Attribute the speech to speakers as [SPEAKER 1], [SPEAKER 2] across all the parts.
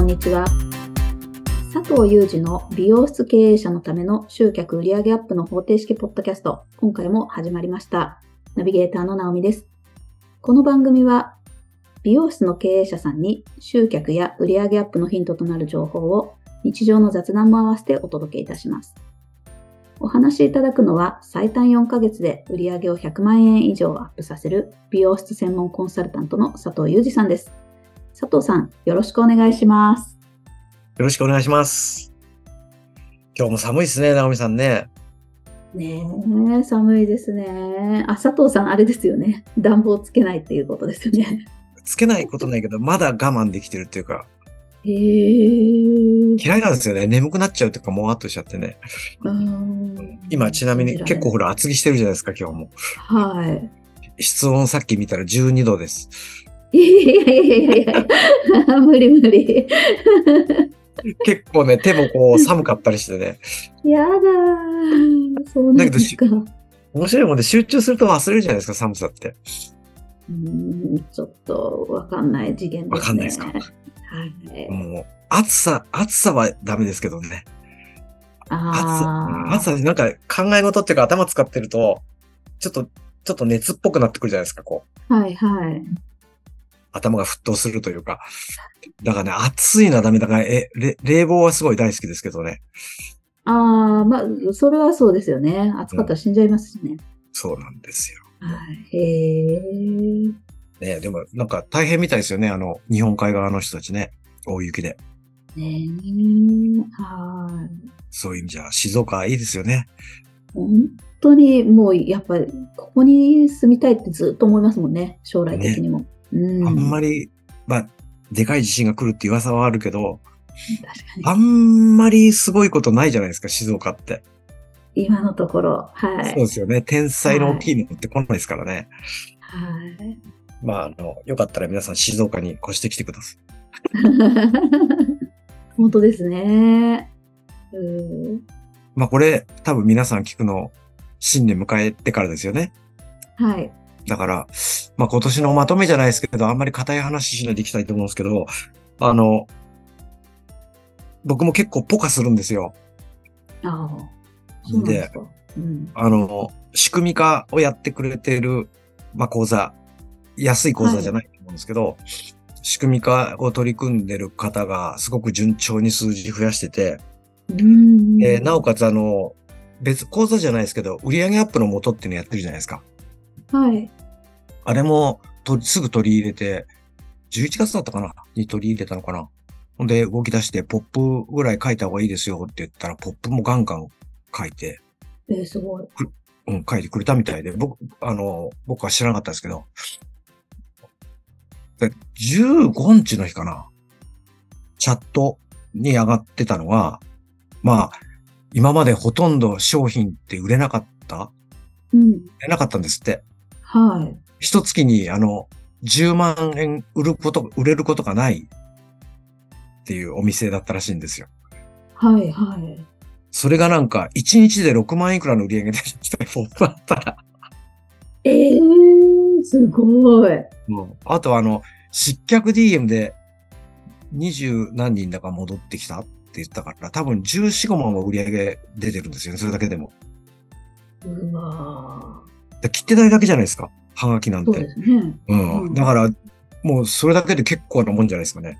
[SPEAKER 1] んにちは。佐藤祐二の美容室経営者のための集客売上アップの方程式ポッドキャスト、今回も始まりました。ナビゲーターのナオミです。この番組は、美容室の経営者さんに集客や売上アップのヒントとなる情報を日常の雑談も合わせてお届けいたします。お話しいただくのは最短4ヶ月で売上を100万円以上アップさせる美容室専門コンサルタントの佐藤裕二さんです。佐藤さん、よろしくお願いします。
[SPEAKER 2] よろしくお願いします。今日も寒いですね、直美さんね。
[SPEAKER 1] ねえ、寒いですね。あ、佐藤さん、あれですよね。暖房つけないっていうことですよね。
[SPEAKER 2] つけないことないけど、まだ我慢できてるっていうか。
[SPEAKER 1] へえ。
[SPEAKER 2] 嫌いなんですよね。眠くなっちゃうというか、もわっとしちゃってね。今、ちなみに結構ほら、厚着してるじゃないですか、今日も。。
[SPEAKER 1] はい
[SPEAKER 2] 室温さっき見たら12度です。
[SPEAKER 1] いやいやいやいや、 無理無理。
[SPEAKER 2] 結構ね、手もこう寒かったりしてね。
[SPEAKER 1] やだー。そうなんですか。
[SPEAKER 2] 面白いもんで、ね、集中すると忘れるじゃないですか、寒さって。
[SPEAKER 1] うん、ちょっとわかんない次元ですね。。
[SPEAKER 2] わかんないですか。はいもう、暑さ、暑さはダメですけどね。
[SPEAKER 1] あ
[SPEAKER 2] 暑さ、暑さ、なんか考え事っていうか頭使ってると、ちょっと、ちょっと熱っぽくなってくるじゃないですか、こ
[SPEAKER 1] う。はいはい。
[SPEAKER 2] 頭が沸騰するというか。だからね、暑いのはダメだから、え、冷房はすごい大好きですけどね。
[SPEAKER 1] ああ、まあ、それはそうですよね。暑かったら死んじゃいますしね。うん、
[SPEAKER 2] そうなんですよ。
[SPEAKER 1] はい。へえ。
[SPEAKER 2] ねでもなんか大変みたいですよね。あの、日本海側の人たちね。大雪で。
[SPEAKER 1] ねはい。
[SPEAKER 2] そういう意味じゃ、静岡いいですよね。
[SPEAKER 1] 本当にもう、やっぱり、ここに住みたいってずっと思いますもんね。将来的にも。ね
[SPEAKER 2] うん、あんまり、まあ、でかい地震が来るって噂はあるけど、あんまりすごいことないじゃないですか、静岡って。
[SPEAKER 1] 今のところ、はい。
[SPEAKER 2] そうですよね。天才の大きいのって来ないですからね。
[SPEAKER 1] はい。
[SPEAKER 2] まあ、あの、よかったら皆さん静岡に越してきてください。
[SPEAKER 1] 本当ですね。うん。
[SPEAKER 2] まあ、これ、多分皆さん聞くの、新年迎えてからですよね。
[SPEAKER 1] はい。
[SPEAKER 2] だから、まあ、今年のまとめじゃないですけど、あんまり硬い話しないでいきたいと思うんですけど、あの、僕も結構ポカするんですよ。
[SPEAKER 1] ああ。そう
[SPEAKER 2] で、うん、あの、仕組み化をやってくれている、まあ、講座、安い講座じゃないと思うんですけど、はい、仕組み化を取り組んでる方がすごく順調に数字増やしてて、
[SPEAKER 1] うん
[SPEAKER 2] えー、なおかつあの、別講座じゃないですけど、売上アップの元っていうのやってるじゃないですか。
[SPEAKER 1] はい。
[SPEAKER 2] あれもと、すぐ取り入れて、11月だったかなに取り入れたのかなほんで、動き出して、ポップぐらい書いた方がいいですよって言ったら、ポップもガンガン書いて。
[SPEAKER 1] えー、すごい。
[SPEAKER 2] うん、書いてくれたみたいで、僕、あの、僕は知らなかったですけど。で15日の日かなチャットに上がってたのは、まあ、今までほとんど商品って売れなかった
[SPEAKER 1] うん。売
[SPEAKER 2] れなかったんですって。
[SPEAKER 1] はい。
[SPEAKER 2] 一月に、あの、10万円売ること、売れることがないっていうお店だったらしいんですよ。
[SPEAKER 1] はいはい。
[SPEAKER 2] それがなんか、1日で6万いくらの売り上げでしたね、僕だったら。
[SPEAKER 1] ええー、すごい。
[SPEAKER 2] もうん、あとあの、失脚 DM で20何人だか戻ってきたって言ったから、多分14、5万は売り上げ出てるんですよね、それだけでも。
[SPEAKER 1] うわ
[SPEAKER 2] 切手代だけじゃないですか。はがきなんて。
[SPEAKER 1] そうですね。
[SPEAKER 2] うん。うん、だから、もうそれだけで結構なもんじゃないですかね。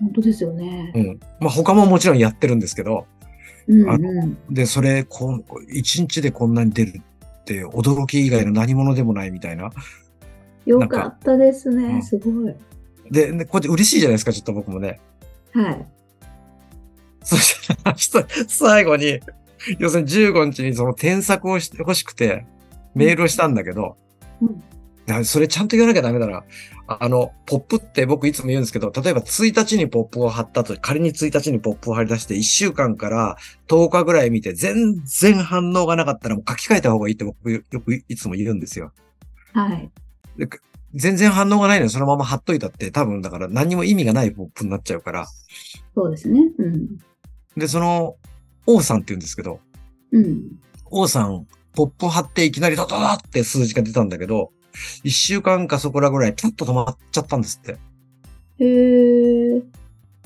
[SPEAKER 1] 本当ですよね。
[SPEAKER 2] うん。まあ他ももちろんやってるんですけど、、
[SPEAKER 1] うんうん
[SPEAKER 2] で、それこん、一日でこんなに出るって驚き以外の何者でもないみたいな。
[SPEAKER 1] よかったですね。うん、すごい。
[SPEAKER 2] で、ね、こうやって嬉しいじゃないですか、ちょっと僕もね。
[SPEAKER 1] はい。
[SPEAKER 2] そしたら、最後に、要するに15日にその添削をして欲しくて、メールをしたんだけど、
[SPEAKER 1] うん、
[SPEAKER 2] それちゃんと言わなきゃダメだな。あの、ポップって僕いつも言うんですけど、例えば1日にポップを貼ったと、仮に1日にポップを貼り出して1週間から10日ぐらい見て全然反応がなかったらもう書き換えた方がいいって僕よくいつも言うんですよ。
[SPEAKER 1] はい。
[SPEAKER 2] で全然反応がないのにそのまま貼っといたって多分だから何も意味がないポップになっちゃうから。
[SPEAKER 1] そうですね。うん。
[SPEAKER 2] で、その、王さんって言うんですけど、
[SPEAKER 1] うん。
[SPEAKER 2] 王さん、ポップ貼っていきなりドドドって数字が出たんだけど、一週間かそこらぐらいピタッと止まっちゃったんですって。
[SPEAKER 1] へー。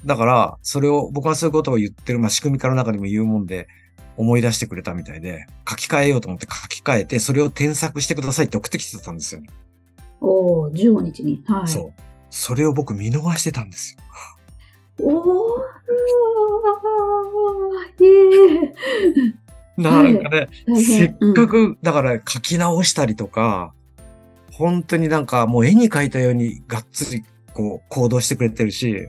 [SPEAKER 2] だから、それを、僕はそういうことを言ってる、まあ、仕組みから中でも言うもんで、思い出してくれたみたいで、書き換えようと思って書き換えて、それを添削してくださいって送ってきてたんですよね。
[SPEAKER 1] おお、15日に。はい。
[SPEAKER 2] そう。それを僕見逃してたんです よ。
[SPEAKER 1] おお、ええ
[SPEAKER 2] なんかね、
[SPEAKER 1] 大変
[SPEAKER 2] せっか
[SPEAKER 1] うん
[SPEAKER 2] く、だから書き直したりとか、本当になんかもう絵に描いたようにがっつりこう行動してくれてるし、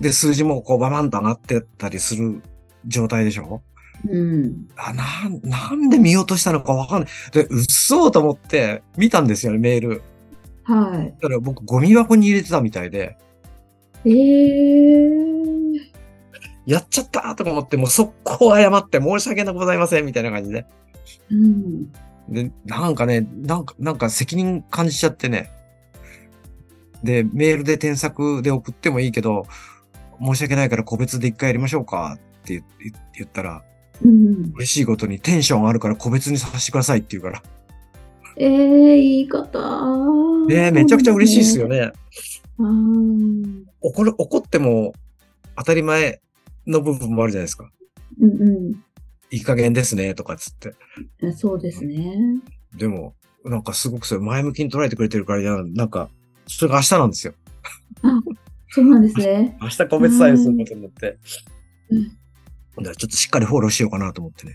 [SPEAKER 2] で、数字もこうババンと上がってったりする状態でしょ
[SPEAKER 1] うん。
[SPEAKER 2] あ、なん、なんで見ようとしたのかわかんない。で、うっそうと思って見たんですよね、メール。
[SPEAKER 1] は
[SPEAKER 2] だから僕ゴミ箱に入れてたみたいで、
[SPEAKER 1] い。ええ
[SPEAKER 2] やっちゃったとか思って、もう速攻謝って申し訳ございませんみたいな感じで。
[SPEAKER 1] うん。
[SPEAKER 2] で、なんかね、なんか、なんか責任感じちゃってね。で、メールで添削で送ってもいいけど、申し訳ないから個別で一回やりましょうかって言言言ったら、
[SPEAKER 1] うん。
[SPEAKER 2] 嬉しいことにテンションあるから個別にさせてくださいって言うから。
[SPEAKER 1] ええ言い方。
[SPEAKER 2] ねえめちゃくちゃ嬉しいですよ
[SPEAKER 1] ね。
[SPEAKER 2] ね。
[SPEAKER 1] あー
[SPEAKER 2] 怒る、怒っても当たり前の部分もあるじゃないですか。
[SPEAKER 1] うんう
[SPEAKER 2] いい加減ですね、とかっつって。
[SPEAKER 1] ん。そうですね。
[SPEAKER 2] でも、なんかすごくそれ前向きに捉えてくれてるからじゃん、なんか、それが明日なんですよ。
[SPEAKER 1] そうなんですね。
[SPEAKER 2] 明日個別採用することになって。
[SPEAKER 1] うん
[SPEAKER 2] だからちょっとしっかりフォローしようかなと思ってね。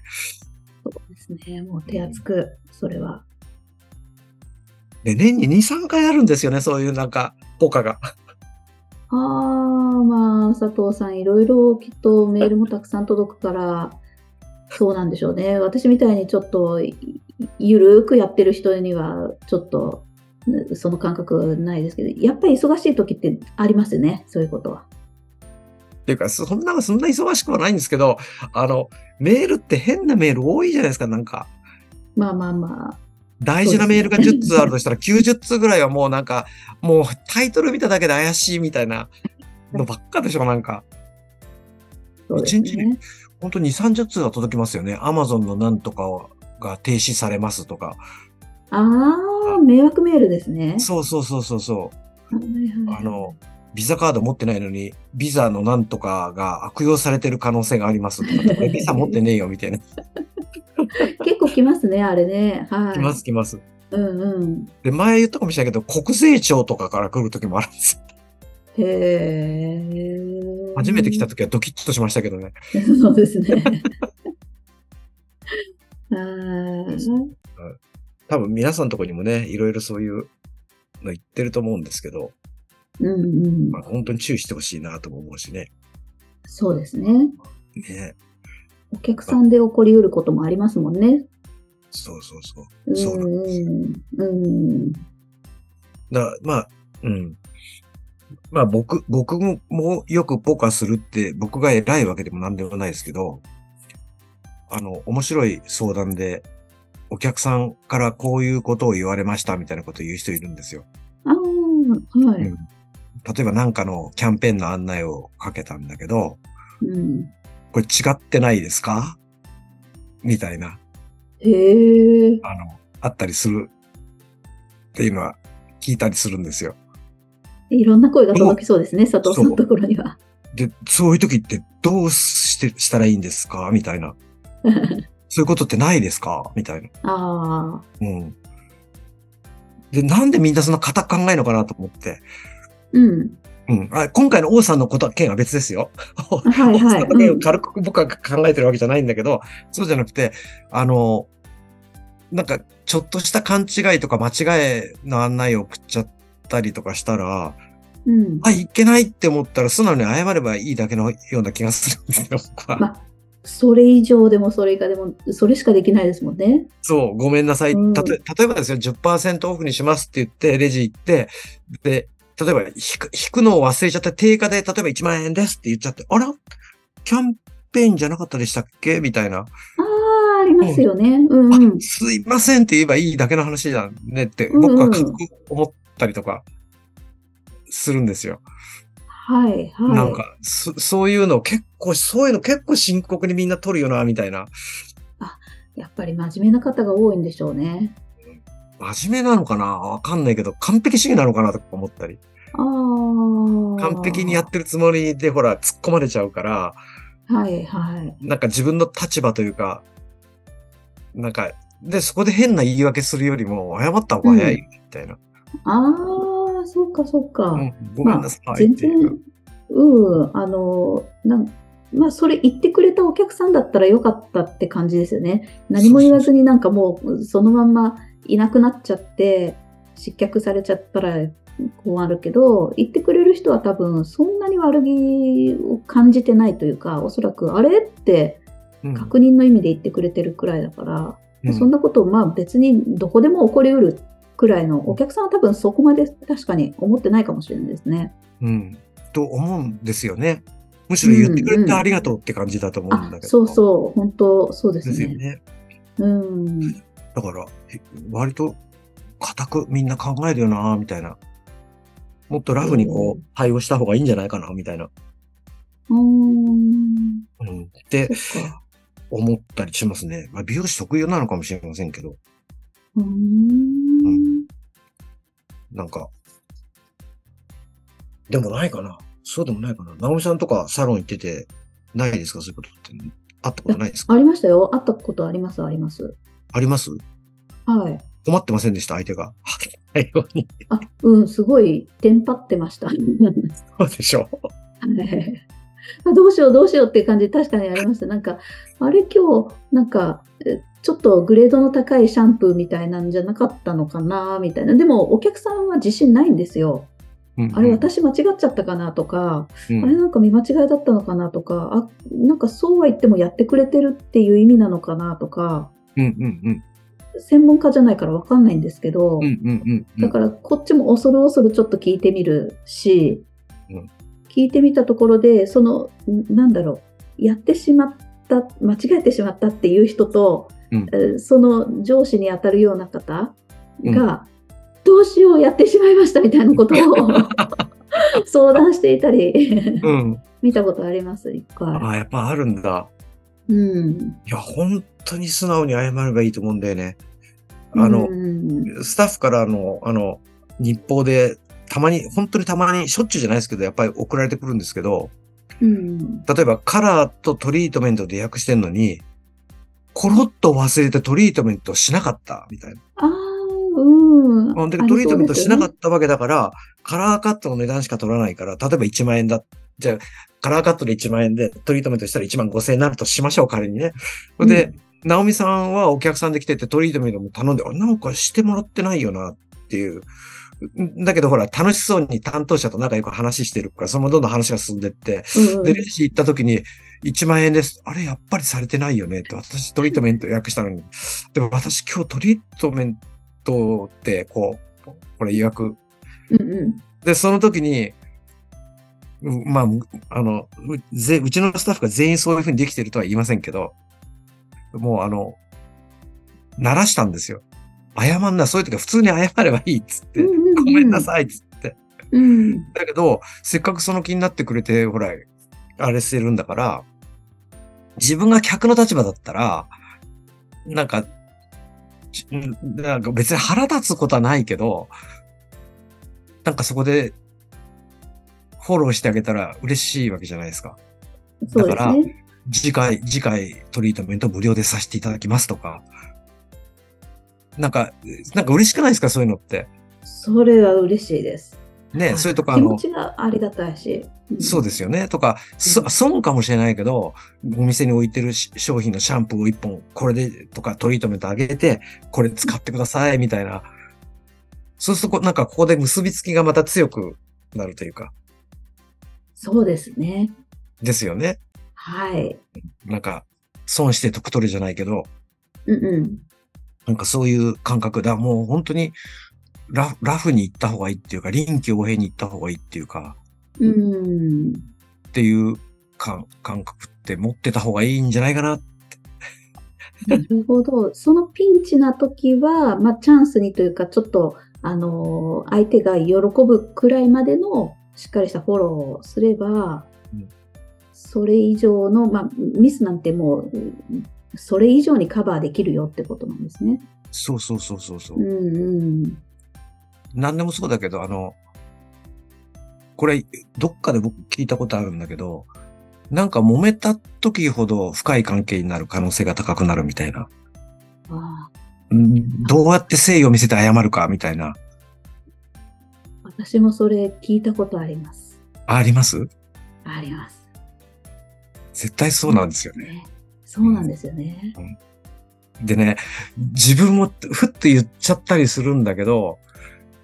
[SPEAKER 1] そうですね。もう手厚く、それは。
[SPEAKER 2] で、年に2、3回あるんですよね、そういうなんか、効果が。
[SPEAKER 1] ああ、まあ、佐藤さん、いろいろきっとメールもたくさん届くから、そうなんでしょうね。私みたいにちょっと、いゆるーくやってる人には、ちょっと、ねその感覚ないですけど、やっぱり忙しい時ってありますよね、そういうことは。
[SPEAKER 2] っていうか、そそんな、そんな忙しくはないんですけど、あの、メールって変なメール多いじゃないですか、なんか。
[SPEAKER 1] まあまあま
[SPEAKER 2] 大事なメールが10通あるとしたら、90通ぐらいはもうなんか、もうタイトル見ただけで怪しいみたいなのばっかでしょ、なんか。
[SPEAKER 1] あ、そうです
[SPEAKER 2] 一日
[SPEAKER 1] ね。
[SPEAKER 2] 本当に2、30通は届きますよね。Amazon のなんとかが停止されますとか。
[SPEAKER 1] ああ、迷惑メールですね。
[SPEAKER 2] そうそうそうそうそう。
[SPEAKER 1] はいはい
[SPEAKER 2] あの、ビザカード持ってないのに、ビザのなんとかが悪用されてる可能性がありますと か。これビザ持ってねえよ、みたいな。
[SPEAKER 1] 結構来ますね、あれね。はい。
[SPEAKER 2] 来ます来ます。
[SPEAKER 1] うんうん。
[SPEAKER 2] で、前言ったかもしれないけど、国税庁とかから来る時もあるんです
[SPEAKER 1] へ
[SPEAKER 2] よ。
[SPEAKER 1] え。
[SPEAKER 2] 初めて来た時はドキッとしましたけどね。
[SPEAKER 1] そうです ね。あー
[SPEAKER 2] 多分皆さんのとこにもね、いろいろそういうの言ってると思うんですけど、
[SPEAKER 1] うんうん
[SPEAKER 2] ま、あ、本当に注意してほしいなとも思うしね。
[SPEAKER 1] そうですね。
[SPEAKER 2] ね。
[SPEAKER 1] お客さんで起こりうることもありますもんね。
[SPEAKER 2] そうそうそう。
[SPEAKER 1] うん
[SPEAKER 2] そうな
[SPEAKER 1] うんうん
[SPEAKER 2] だからまあ、うん。まあ僕、僕もよくポカするって、僕が偉いわけでも何でもないですけど、あの、面白い相談で、お客さんからこういうことを言われましたみたいなことを言う人いるんですよ。
[SPEAKER 1] あーは
[SPEAKER 2] うん例えばなんかのキャンペーンの案内をかけたんだけど、
[SPEAKER 1] い。うん、
[SPEAKER 2] これ違ってないですかみたいな、
[SPEAKER 1] へえ。
[SPEAKER 2] あの、あったりするっていうのは聞いたりするんですよ。
[SPEAKER 1] いろんな声が届きそうですね、佐藤さんのところには。
[SPEAKER 2] で、そういう時ってどうして、したらいいんですかみた いな。そういうことってないですかみたいな。
[SPEAKER 1] ああ、
[SPEAKER 2] うん。で、なんでみんなそんな固く考えるのかなと思って。
[SPEAKER 1] うん。
[SPEAKER 2] うん。あ今回の王さんのことは、件は別ですよ。
[SPEAKER 1] はい
[SPEAKER 2] 王さ
[SPEAKER 1] は
[SPEAKER 2] ん
[SPEAKER 1] い。
[SPEAKER 2] の件
[SPEAKER 1] う
[SPEAKER 2] を
[SPEAKER 1] ん
[SPEAKER 2] 軽く僕は考えてるわけじゃないんだけど、そうじゃなくて、あの、なんか、ちょっとした勘違いとか間違いの案内を送っちゃったりとかしたら、
[SPEAKER 1] うん。
[SPEAKER 2] あ、いけないって思ったら素直に謝ればいいだけのような気がするんですよ、僕は
[SPEAKER 1] まあ、それ以上でもそれ以下でも、それしかできないですもんね。
[SPEAKER 2] そう、ごめんなさい。
[SPEAKER 1] うん
[SPEAKER 2] たと例えばですよ、10%オフにしますって言って、レジ行って、で、例えば引く、引くのを忘れちゃって、定価で、例えば1万円ですって言っちゃって、あらキャンペーンじゃなかったでしたっけみたいな。
[SPEAKER 1] ああ、ありますよね。うんうん
[SPEAKER 2] あ。すいませんって言えばいいだけの話じゃんねって、
[SPEAKER 1] うんうん
[SPEAKER 2] 僕は軽く思ったりとか、するんですよ。
[SPEAKER 1] はいはい。
[SPEAKER 2] なんか、そ、そういうの結構、そういうの結構深刻にみんな取るよな、みたいな。
[SPEAKER 1] やっぱり真面目な方が多いんでしょうね。
[SPEAKER 2] 真面目なのかなわかんないけど、完璧主義なのかなとか思ったり。
[SPEAKER 1] ああ。
[SPEAKER 2] 完璧にやってるつもりで、ほら、突っ込まれちゃうから、
[SPEAKER 1] はいはい。
[SPEAKER 2] なんか自分の立場というか、なんか、で、そこで変な言い訳するよりも、謝った方が早い、みたいな。
[SPEAKER 1] ああ、そうかそうか。
[SPEAKER 2] うんごめんなさい、
[SPEAKER 1] 全
[SPEAKER 2] っていう。
[SPEAKER 1] 然、うん、あの、なんまあ、それ言ってくれたお客さんだったらよかったって感じですよね。何も言わずになんかもう、そのまんまいなくなっちゃって、失脚されちゃったら困るけど、言ってくれる人は多分、そんなに悪気を感じてないというか、おそらく、あれって
[SPEAKER 2] うん
[SPEAKER 1] 確認の意味で言ってくれてるくらいだから、
[SPEAKER 2] うん
[SPEAKER 1] そんなこと、まあ別にどこでも起こりうるくらいの、お客さんは多分そこまで確かに思ってないかもしれないですね。
[SPEAKER 2] うん。と思うんですよね。むしろ言ってくれてありがとうって感じだと思うんだけど。
[SPEAKER 1] あそうそう、本当、そうです
[SPEAKER 2] で
[SPEAKER 1] ね。
[SPEAKER 2] すよ
[SPEAKER 1] う
[SPEAKER 2] ね。
[SPEAKER 1] ん。
[SPEAKER 2] だから、え割と、固くみんな考えるよな、みたいな。もっとラフにこ
[SPEAKER 1] うん
[SPEAKER 2] う、対応した方がいいんじゃないかな、みたいな。
[SPEAKER 1] うーん。
[SPEAKER 2] うん。って
[SPEAKER 1] そっか。
[SPEAKER 2] 思ったりしますね。まあ、美容師特有なのかもしれませんけど、
[SPEAKER 1] うーん。
[SPEAKER 2] なんか。でもないかな。そうでもないかな。直美さんとかサロン行ってて、ないですかそういうことって。あったことないですか
[SPEAKER 1] ありましたよ。会ったことあります、あります。
[SPEAKER 2] あります
[SPEAKER 1] はい。
[SPEAKER 2] 困ってませんでした、相手が。 はい、ように。
[SPEAKER 1] あ、うん、すごい、テンパってました。
[SPEAKER 2] そうでしょう。
[SPEAKER 1] はいあどうしようどうしようっていう感じ確かにありましたなんかあれ今日なんかえちょっとグレードの高いシャンプーみたいなんじゃなかったのかなみたいなでもお客さんは自信ないんですよ
[SPEAKER 2] うん
[SPEAKER 1] あれ、私間違っちゃったかなとか
[SPEAKER 2] うん
[SPEAKER 1] あれなんか見間違いだったのかなとか、あ、なんかそうは言ってもやってくれてるっていう意味なのかなとか、
[SPEAKER 2] うんうんうん。
[SPEAKER 1] 専門家じゃないからわかんないんですけど、
[SPEAKER 2] うんうんうんうん。
[SPEAKER 1] だからこっちも恐る恐るちょっと聞いてみるし、
[SPEAKER 2] うん
[SPEAKER 1] 聞いてみたところで、その、んなんだろう、やってしまった、間違えてしまったっていう人と、
[SPEAKER 2] うん
[SPEAKER 1] えーその上司に当たるような方
[SPEAKER 2] うん
[SPEAKER 1] が、どうしようやってしまいましたみたいなこと を相談していたり、
[SPEAKER 2] うん。
[SPEAKER 1] 見たことあります、一回。
[SPEAKER 2] ああ、やっぱあるんだ。
[SPEAKER 1] うん。
[SPEAKER 2] いや、本当に素直に謝ればいいと思うんだよね。あの
[SPEAKER 1] う、ん
[SPEAKER 2] スタッフからの、あの、日報で、たまに、本当にたまに、しょっちゅうじゃないですけど、やっぱり送られてくるんですけど、
[SPEAKER 1] うん、
[SPEAKER 2] 例えばカラーとトリートメントで訳してんのに、コロッと忘れてトリートメントしなかった、みたいな。
[SPEAKER 1] ああ、うん。
[SPEAKER 2] あで
[SPEAKER 1] ありそう
[SPEAKER 2] トリートメントしなか
[SPEAKER 1] で
[SPEAKER 2] ったわけだから、カラーカットの値段しか取らないから、例えば1万円だ。じゃあ、カラーカットで1万円で、トリートメントしたら1万5千円になるとしましょう、仮にね。それで、ナオミさんはお客さんで来ててトリートメントも頼んで、あれなんかしてもらってないよなっていう。んだけどほら、楽しそうに担当者と仲良く話してるから、そのままどんどん話が進んでって、
[SPEAKER 1] すよね、うん
[SPEAKER 2] で、レジ行った時に、1万円です。あれ、やっぱりされてないよねって、私トリートメント予約したのに。でも私今日トリートメントって、こう、これ予約。
[SPEAKER 1] うんうん
[SPEAKER 2] で、その時に、うまあ、あの、うぜうちのスタッフが全員そういうふうにできてるとは言いませんけど、もうあの、鳴らしたんですよ。謝んな、そういう時は普通に謝ればいいっつって、
[SPEAKER 1] うんうんう
[SPEAKER 2] ご
[SPEAKER 1] ん
[SPEAKER 2] めんなさいっつって。
[SPEAKER 1] うん
[SPEAKER 2] だけど、せっかくその気になってくれて、ほら、あれしてるんだから、自分が客の立場だったら、なんか、しなんか別に腹立つことはないけど、なんかそこで、フォローしてあげたら嬉しいわけじゃないですか。
[SPEAKER 1] そうで
[SPEAKER 2] だから
[SPEAKER 1] すね。
[SPEAKER 2] 次回、次回トリートメント無料でさせていただきますとか。なんか、なんか嬉しくないですかそういうのって。
[SPEAKER 1] それは嬉しいです。
[SPEAKER 2] ね、それとかあ
[SPEAKER 1] 気
[SPEAKER 2] の
[SPEAKER 1] 持、ちがありがたいし。
[SPEAKER 2] そうですよね。とか、そ損かもしれないけど、お店に置いてるし商品のシャンプーを一本、これで、とかトリートメントあげて、これ使ってください、みたいな。そうするとこう、なんかここで結びつきがまた強くなるというか、
[SPEAKER 1] そうですね。
[SPEAKER 2] ですよね。
[SPEAKER 1] はい。
[SPEAKER 2] なんか、損して得取るじゃないけど、
[SPEAKER 1] うんうん。
[SPEAKER 2] なんかそういう感覚だ。もう本当にラフ、ラフに行った方がいいっていうか、臨機応変に行った方がいいっていうか、
[SPEAKER 1] うん。
[SPEAKER 2] っていう感感覚って持ってた方がいいんじゃないかな。
[SPEAKER 1] なるほど。そのピンチな時は、まあ、チャンスにというか、ちょっと、あのー相手が喜ぶくらいまでのしっかりしたフォローをすれば、
[SPEAKER 2] うん
[SPEAKER 1] それ以上の、まあ、ミスなんてもう、うんそれ以上にカバーできるよってことなんですね。
[SPEAKER 2] そうそうそうそうそう
[SPEAKER 1] う。んうん。
[SPEAKER 2] 何でもそうだけど、あの、これ、どっかで僕聞いたことあるんだけど、なんか揉めた時ほど深い関係になる可能性が高くなるみたいな。
[SPEAKER 1] ああ
[SPEAKER 2] うんどうやって誠意を見せて謝るかみたいな。
[SPEAKER 1] 私もそれ聞いたことあります。
[SPEAKER 2] ああります
[SPEAKER 1] あります。
[SPEAKER 2] 絶対そうなんですよね。
[SPEAKER 1] ね、そうなんですよね。
[SPEAKER 2] でね、自分もふって言っちゃったりするんだけど、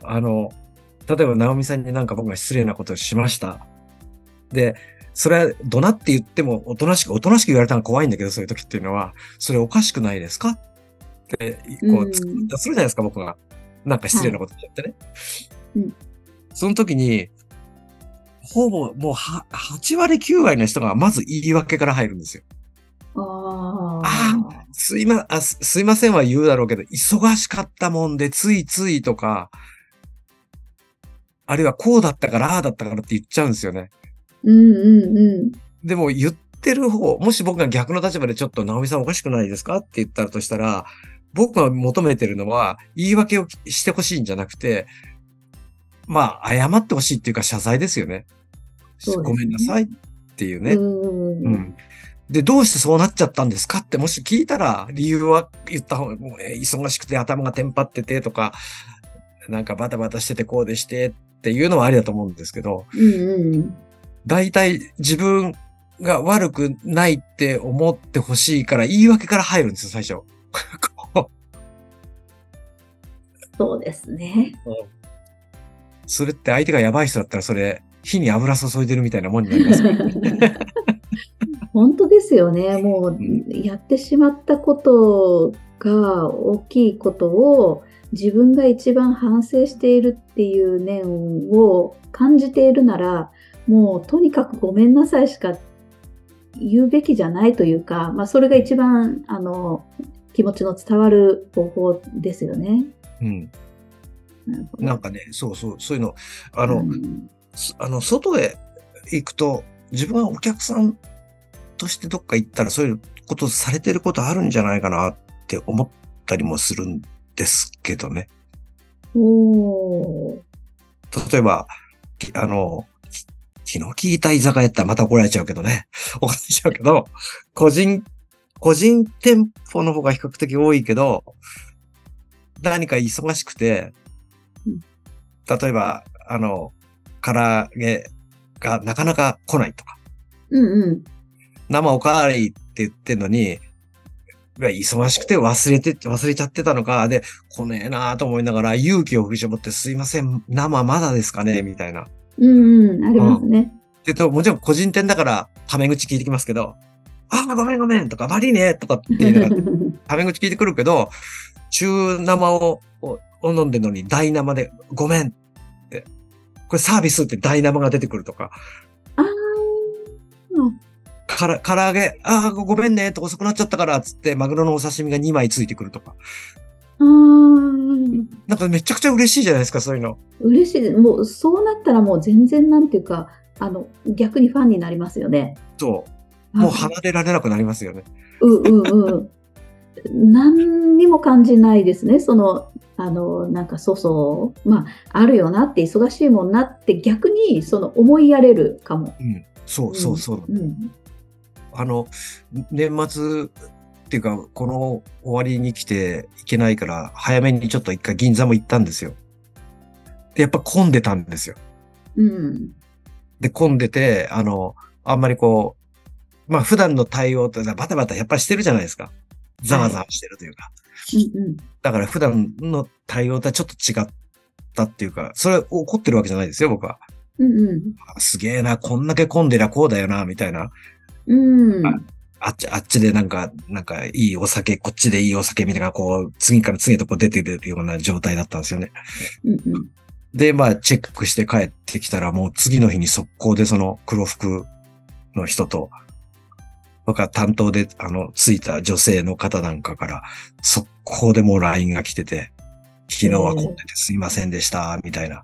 [SPEAKER 2] あの、例えば直美さんになんか僕が失礼なことをしました。で、それは怒鳴って言ってもおとなしく、おとなしく言われたのが怖いんだけど、そういう時っていうのは、それおかしくないですかって、こう、
[SPEAKER 1] うん
[SPEAKER 2] 突っ込んだするじゃないですか、僕が。なんか失礼なことしちゃってね。
[SPEAKER 1] はいうん
[SPEAKER 2] その時に、ほぼもうは8割9割の人がまず言い訳から入るんですよ。
[SPEAKER 1] ああ
[SPEAKER 2] あすいま、あすすいませんは言うだろうけど、忙しかったもんで、ついついとか、あるいはこうだったから、ああだったからって言っちゃうんですよね。
[SPEAKER 1] うんうんうん。
[SPEAKER 2] でも言ってる方、もし僕が逆の立場でちょっと直美さんおかしくないですかって言ったとしたら、僕が求めてるのは、言い訳をしてほしいんじゃなくて、まあ、謝ってほしいっていうか、謝罪ですよね。
[SPEAKER 1] そうですね
[SPEAKER 2] ごめんなさいっていうね。
[SPEAKER 1] うんう
[SPEAKER 2] うん
[SPEAKER 1] うん
[SPEAKER 2] ん。で、どうしてそうなっちゃったんですかって、もし聞いたら、理由は言った方が、もうえー忙しくて頭がテンパっててとか、なんかバタバタしててこうでしてっていうのはありだと思うんですけど、
[SPEAKER 1] うんうん。
[SPEAKER 2] 大体自分が悪くないって思ってほしいから、言い訳から入るんですよ、最初。こう
[SPEAKER 1] そうですね。
[SPEAKER 2] それって相手がやばい人だったら、それ、火に油注いでるみたいなもんになりま すよ。
[SPEAKER 1] 本当ですよね。もう
[SPEAKER 2] うん
[SPEAKER 1] やってしまったことが大きいことを自分が一番反省しているっていう念を感じているなら、もうとにかくごめんなさいしか言うべきじゃないというか、まあそれが一番あの気持ちの伝わる方法ですよね。
[SPEAKER 2] うん。
[SPEAKER 1] なるほど
[SPEAKER 2] なんかね、そうそう、そういうの、あの、
[SPEAKER 1] うん
[SPEAKER 2] すあの、外へ行くと、自分はお客さんとしてどっか行ったら、そういうことされてることあるんじゃないかなって思ったりもするんですけどね。
[SPEAKER 1] おー
[SPEAKER 2] 例えば、きあの、き昨日聞いた居酒屋やったらまた怒られちゃうけどね。 怒られちゃうけど、個人、個人店舗の方が比較的多いけど、何か忙しくて
[SPEAKER 1] うん、
[SPEAKER 2] 例えば、あの、唐揚げがなかなか来ないとか、
[SPEAKER 1] うんうん。
[SPEAKER 2] 生おかわりって言ってんのに、いや忙しくて忘れて、忘れちゃってたのか、で、来ねえなぁと思いながら勇気を振り絞ってすいません、生まだですかねみたいな。
[SPEAKER 1] うんうん。ありますね。
[SPEAKER 2] で、ともちろん個人店だから、タメ口聞いてきますけど、ああ、ごめんごめんとか、悪いねとかって言いな がら、タメ口聞いてくるけど、中生ををを飲んでるのに大生で、ごめんって。これサービスって大生が出てくるとか。
[SPEAKER 1] ああ。
[SPEAKER 2] から、唐揚げ、ああ、ごめんね、と遅くなっちゃったから、つって、マグロのお刺身が2枚ついてくるとか。
[SPEAKER 1] ああ。
[SPEAKER 2] なんかめちゃくちゃ嬉しいじゃないですか、そういうの。
[SPEAKER 1] 嬉しいですもうそうなったらもう全然なんていうかあの逆にファンになりますよね。
[SPEAKER 2] そう。もう
[SPEAKER 1] は
[SPEAKER 2] 離れられなくなりますよね。
[SPEAKER 1] うんうんうん。何にも感じないですね。そのあのなんか粗相まああるよなって忙しいもんなって逆にその思いやれるかも。
[SPEAKER 2] うん。そうそうそう。
[SPEAKER 1] うん。
[SPEAKER 2] あの、年末っていうか、この終わりに来ていけないから、早めにちょっと一回銀座も行ったんですよ。で、やっぱ混んでたんですよ。
[SPEAKER 1] うん。
[SPEAKER 2] で、混んでて、あの、あんまりこう、まあ普段の対応ってバタバタやっぱりしてるじゃないですか。ざわざわしてるというか。
[SPEAKER 1] うんうん。
[SPEAKER 2] だから普段の対応とはちょっと違ったっていうか、それ怒ってるわけじゃないですよ、僕は。
[SPEAKER 1] うん
[SPEAKER 2] あすげえな、こんだけ混んでりゃこうだよな、みたいな。
[SPEAKER 1] うん。うん。
[SPEAKER 2] あっち、あっちでなんか、なんかいいお酒、こっちでいいお酒みたいな、こう、次から次へとこう出てるような状態だったんですよね。
[SPEAKER 1] うんうん。
[SPEAKER 2] で、まあ、チェックして帰ってきたら、もう次の日に速攻でその黒服の人と、僕は担当で、あの、ついた女性の方なんかから、速攻でもう LINE が来てて、昨日は混んでてすいませんでした、みたいな、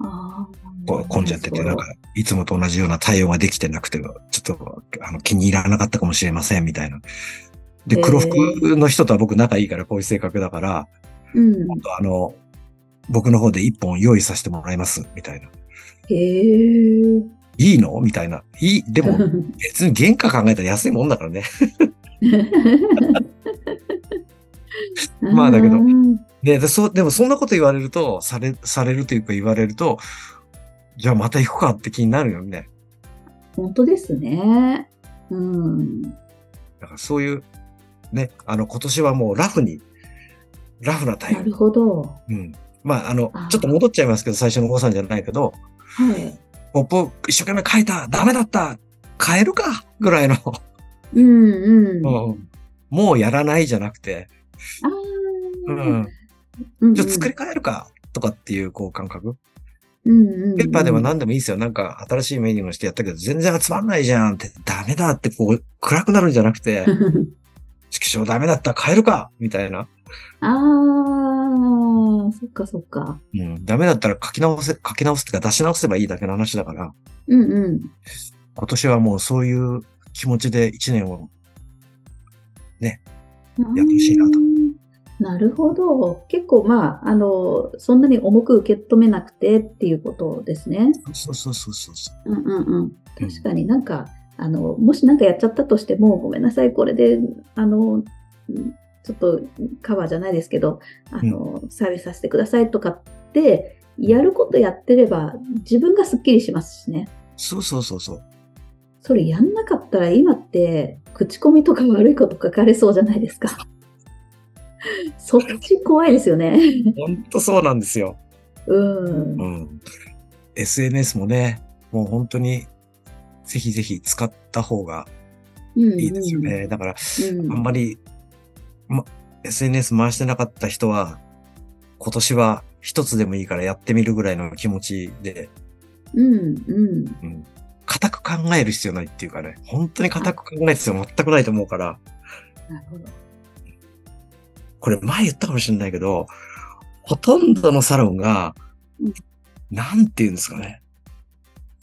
[SPEAKER 1] あ
[SPEAKER 2] こ
[SPEAKER 1] あ。
[SPEAKER 2] 混んじゃってて、なんか、いつもと同じような対応ができてなくて、ちょっと、あの、気に入らなかったかもしれません、みたいな。で、
[SPEAKER 1] へー
[SPEAKER 2] 黒服の人とは僕仲いいから、こういう性格だから、
[SPEAKER 1] うん。
[SPEAKER 2] あの、僕の方で一本用意させてもらいます、みたいな。
[SPEAKER 1] へえ。
[SPEAKER 2] いいのみたいな。いい、でも 別に原価考えたら安いもんだからね。まあだけど
[SPEAKER 1] うん
[SPEAKER 2] で、でそう、でもそんなこと言われると、され、されるというか言われると、じゃあまた行くかって気になるよね。
[SPEAKER 1] 本当ですね。うん。
[SPEAKER 2] だからそういう、ね、あの、今年はもうラフに、ラフなタイ
[SPEAKER 1] な
[SPEAKER 2] ム。
[SPEAKER 1] るほど。
[SPEAKER 2] うん。まあ、あの
[SPEAKER 1] あー、
[SPEAKER 2] ちょっと戻っちゃいますけど、最初の誤算じゃないけど、
[SPEAKER 1] はい。
[SPEAKER 2] ポップを一生懸命書いたダメだった変えるかぐらいの、
[SPEAKER 1] うんうん。あ
[SPEAKER 2] うんもうやらないじゃなくて、
[SPEAKER 1] あ
[SPEAKER 2] う
[SPEAKER 1] ー。
[SPEAKER 2] ん。
[SPEAKER 1] うん
[SPEAKER 2] じゃあ作り変えるかとかっていう、こう感覚。
[SPEAKER 1] うんうん。
[SPEAKER 2] ペッパーでも
[SPEAKER 1] い。
[SPEAKER 2] 何でもいいですよ。なんか新しいメニューにしてやったけど、全然集まんないじゃんって、ダメだってこう、暗くなるんじゃなくて、 縮小ダメだった、変えるかみたい
[SPEAKER 1] あ
[SPEAKER 2] な。
[SPEAKER 1] あ、そっかそっか。
[SPEAKER 2] うん。ダメだったら書き直せ、書き直すっていうか出し直せばいいだけの話だから、
[SPEAKER 1] うんうん。
[SPEAKER 2] 今年はもうそういう気持ちで一年を、やってほしいなと
[SPEAKER 1] うんなるほど。結構、まあ、あの、そんなに重く受け止めなくてっていうことですね。
[SPEAKER 2] そうそうそうそうそう。
[SPEAKER 1] うんうんうん。確かになんか、あの、もしなんかやっちゃったとしても、ごめんなさい、これで、あの、うんちょっとカバーじゃないですけど、あの、サービスさせてくださいとかって、やることやってれば、自分がすっきりしますしね。
[SPEAKER 2] そうそうそうそう。
[SPEAKER 1] それやんなかったら今って口コミとか悪いこと書かれそうじゃないです か。そっち怖いですよね。
[SPEAKER 2] ほんとそうなんですよ。
[SPEAKER 1] うん
[SPEAKER 2] う。ん。SNS もね、もう本当に、ぜひぜひ使った方がい
[SPEAKER 1] い
[SPEAKER 2] いですよ。ね。だから、
[SPEAKER 1] うん
[SPEAKER 2] あんまり、ま、SNS 回してなかった人は、今年は一つでもいいからやってみるぐらいの気持ちで、
[SPEAKER 1] うんうん。
[SPEAKER 2] うん。固く考える必要ないっていうかね、本当に固く考える必要全くないと思うから、
[SPEAKER 1] なるほど。
[SPEAKER 2] これ前言ったかもしれないけど、ほとんどのサロンが
[SPEAKER 1] うん、
[SPEAKER 2] なんて言うんですかね。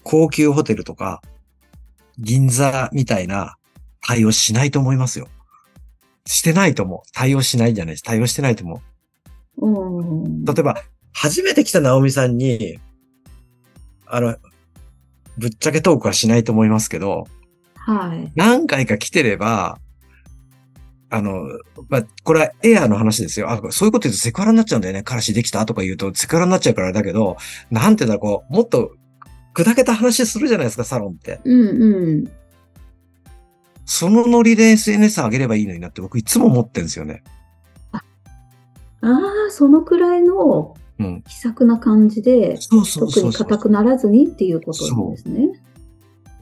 [SPEAKER 2] 高級ホテルとか、銀座みたいな対応しないと思いますよ。してないと思う。対応しないんじゃないし、対応してないと思
[SPEAKER 1] うん。
[SPEAKER 2] う。例えば、初めて来たナオミさんに、あの、ぶっちゃけトークはしないと思いますけど、
[SPEAKER 1] はい。
[SPEAKER 2] 何回か来てれば、あの、まあ、これはエアーの話ですよ。あ、そういうこと言うとセクハラになっちゃうんだよね。彼氏できたとか言うとセクハラになっちゃうからあれだけど、なんて言うんだろう、こう、もっと砕けた話するじゃないですか、サロンって。
[SPEAKER 1] うんうん。
[SPEAKER 2] そのノリで SNS 上げればいいのになって僕いつも思ってるんですよね。
[SPEAKER 1] ああ、そのくらいの
[SPEAKER 2] うん。
[SPEAKER 1] 気さくな感じで、
[SPEAKER 2] そうそう
[SPEAKER 1] 特
[SPEAKER 2] そう
[SPEAKER 1] に
[SPEAKER 2] そう。
[SPEAKER 1] 硬くならずにっていうことなんですね。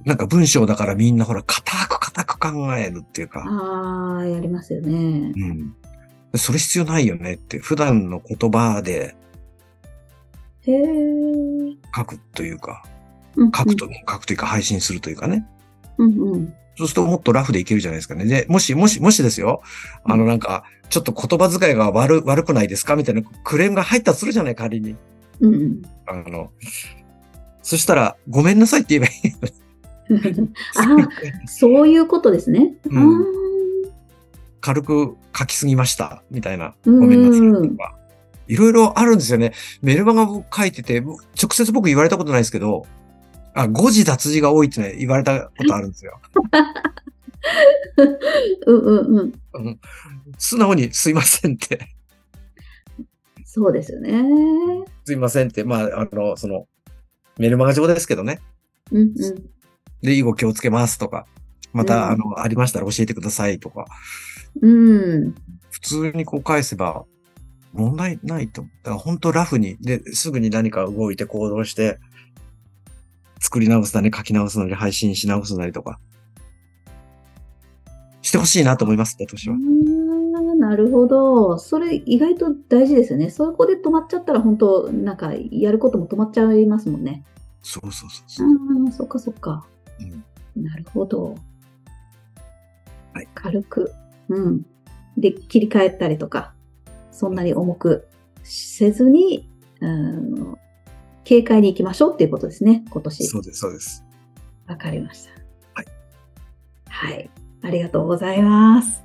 [SPEAKER 2] なんか文章だからみんなほら、硬く硬く考えるっていうか。
[SPEAKER 1] ああ、やりますよね。
[SPEAKER 2] うん。それ必要ないよねって、普段の言葉で
[SPEAKER 1] へえ。うん
[SPEAKER 2] 書くというか、
[SPEAKER 1] うん
[SPEAKER 2] 書くと、書くというか配信するというかね。
[SPEAKER 1] うんうん。
[SPEAKER 2] そうするともっとラフでいけるじゃないですかね。で、もし、もし、もしですよ。あの、なんか、ちょっと言葉遣いが悪、悪くないですかみたいなクレームが入ったとするじゃない、仮に。
[SPEAKER 1] うん うん。
[SPEAKER 2] あの、そしたら、ごめんなさいって言えばいい。
[SPEAKER 1] ああ、そういうことですね。
[SPEAKER 2] う
[SPEAKER 1] あ
[SPEAKER 2] ん
[SPEAKER 1] ー
[SPEAKER 2] 軽く書きすぎました、みたいな。ご
[SPEAKER 1] うん
[SPEAKER 2] めんなさいとか。いろいろあるんですよね。メルマガを書いてて、直接僕言われたことないですけど、あ、誤字脱字が多いってね、言われたことあるんで すよ。
[SPEAKER 1] うんうんうん。
[SPEAKER 2] うん素直にすいませんって。
[SPEAKER 1] そうですよね。
[SPEAKER 2] すいませんって、まあ、あの、その、メルマガ上ですけどね。
[SPEAKER 1] うんうん。
[SPEAKER 2] で、以後気をつけますとか、また、
[SPEAKER 1] うん
[SPEAKER 2] あの、ありましたら教えてくださいとか、
[SPEAKER 1] うん。
[SPEAKER 2] 普通にこう返せば、問題ないと思う。だから本当ラフに、で、すぐに何か動いて行動して、作り直すなり書き直すなり配信し直すなりとか、してほしいなと思います、私
[SPEAKER 1] あ
[SPEAKER 2] は。
[SPEAKER 1] ーなるほど。それ意外と大事ですよね。そこで止まっちゃったら本当なんかやることも止まっちゃいますもんね。
[SPEAKER 2] そうそうそうそう。
[SPEAKER 1] ああ、そっかそっか。
[SPEAKER 2] うん
[SPEAKER 1] なるほど。
[SPEAKER 2] はい
[SPEAKER 1] 軽く。うん。で、切り替えたりとか、そんなに重くせずに、うん、軽快に行きましょうっていうことですね、今年。
[SPEAKER 2] そうです、そうです。
[SPEAKER 1] わかりました。
[SPEAKER 2] はい。
[SPEAKER 1] はい。ありがとうございます。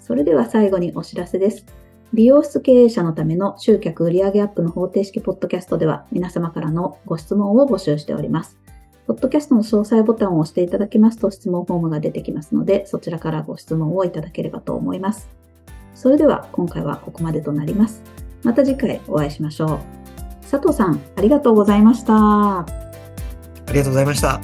[SPEAKER 1] それでは最後にお知らせです。美容室経営者のための集客売上アップの方程式ポッドキャストでは皆様からのご質問を募集しております。ポッドキャストの詳細ボタンを押していただきますと質問フォームが出てきますので、そちらからご質問をいただければと思います。それでは今回はここまでとなります。また次回お会いしましょう。佐藤さん、ありがとうございました。
[SPEAKER 2] ありがとうございました。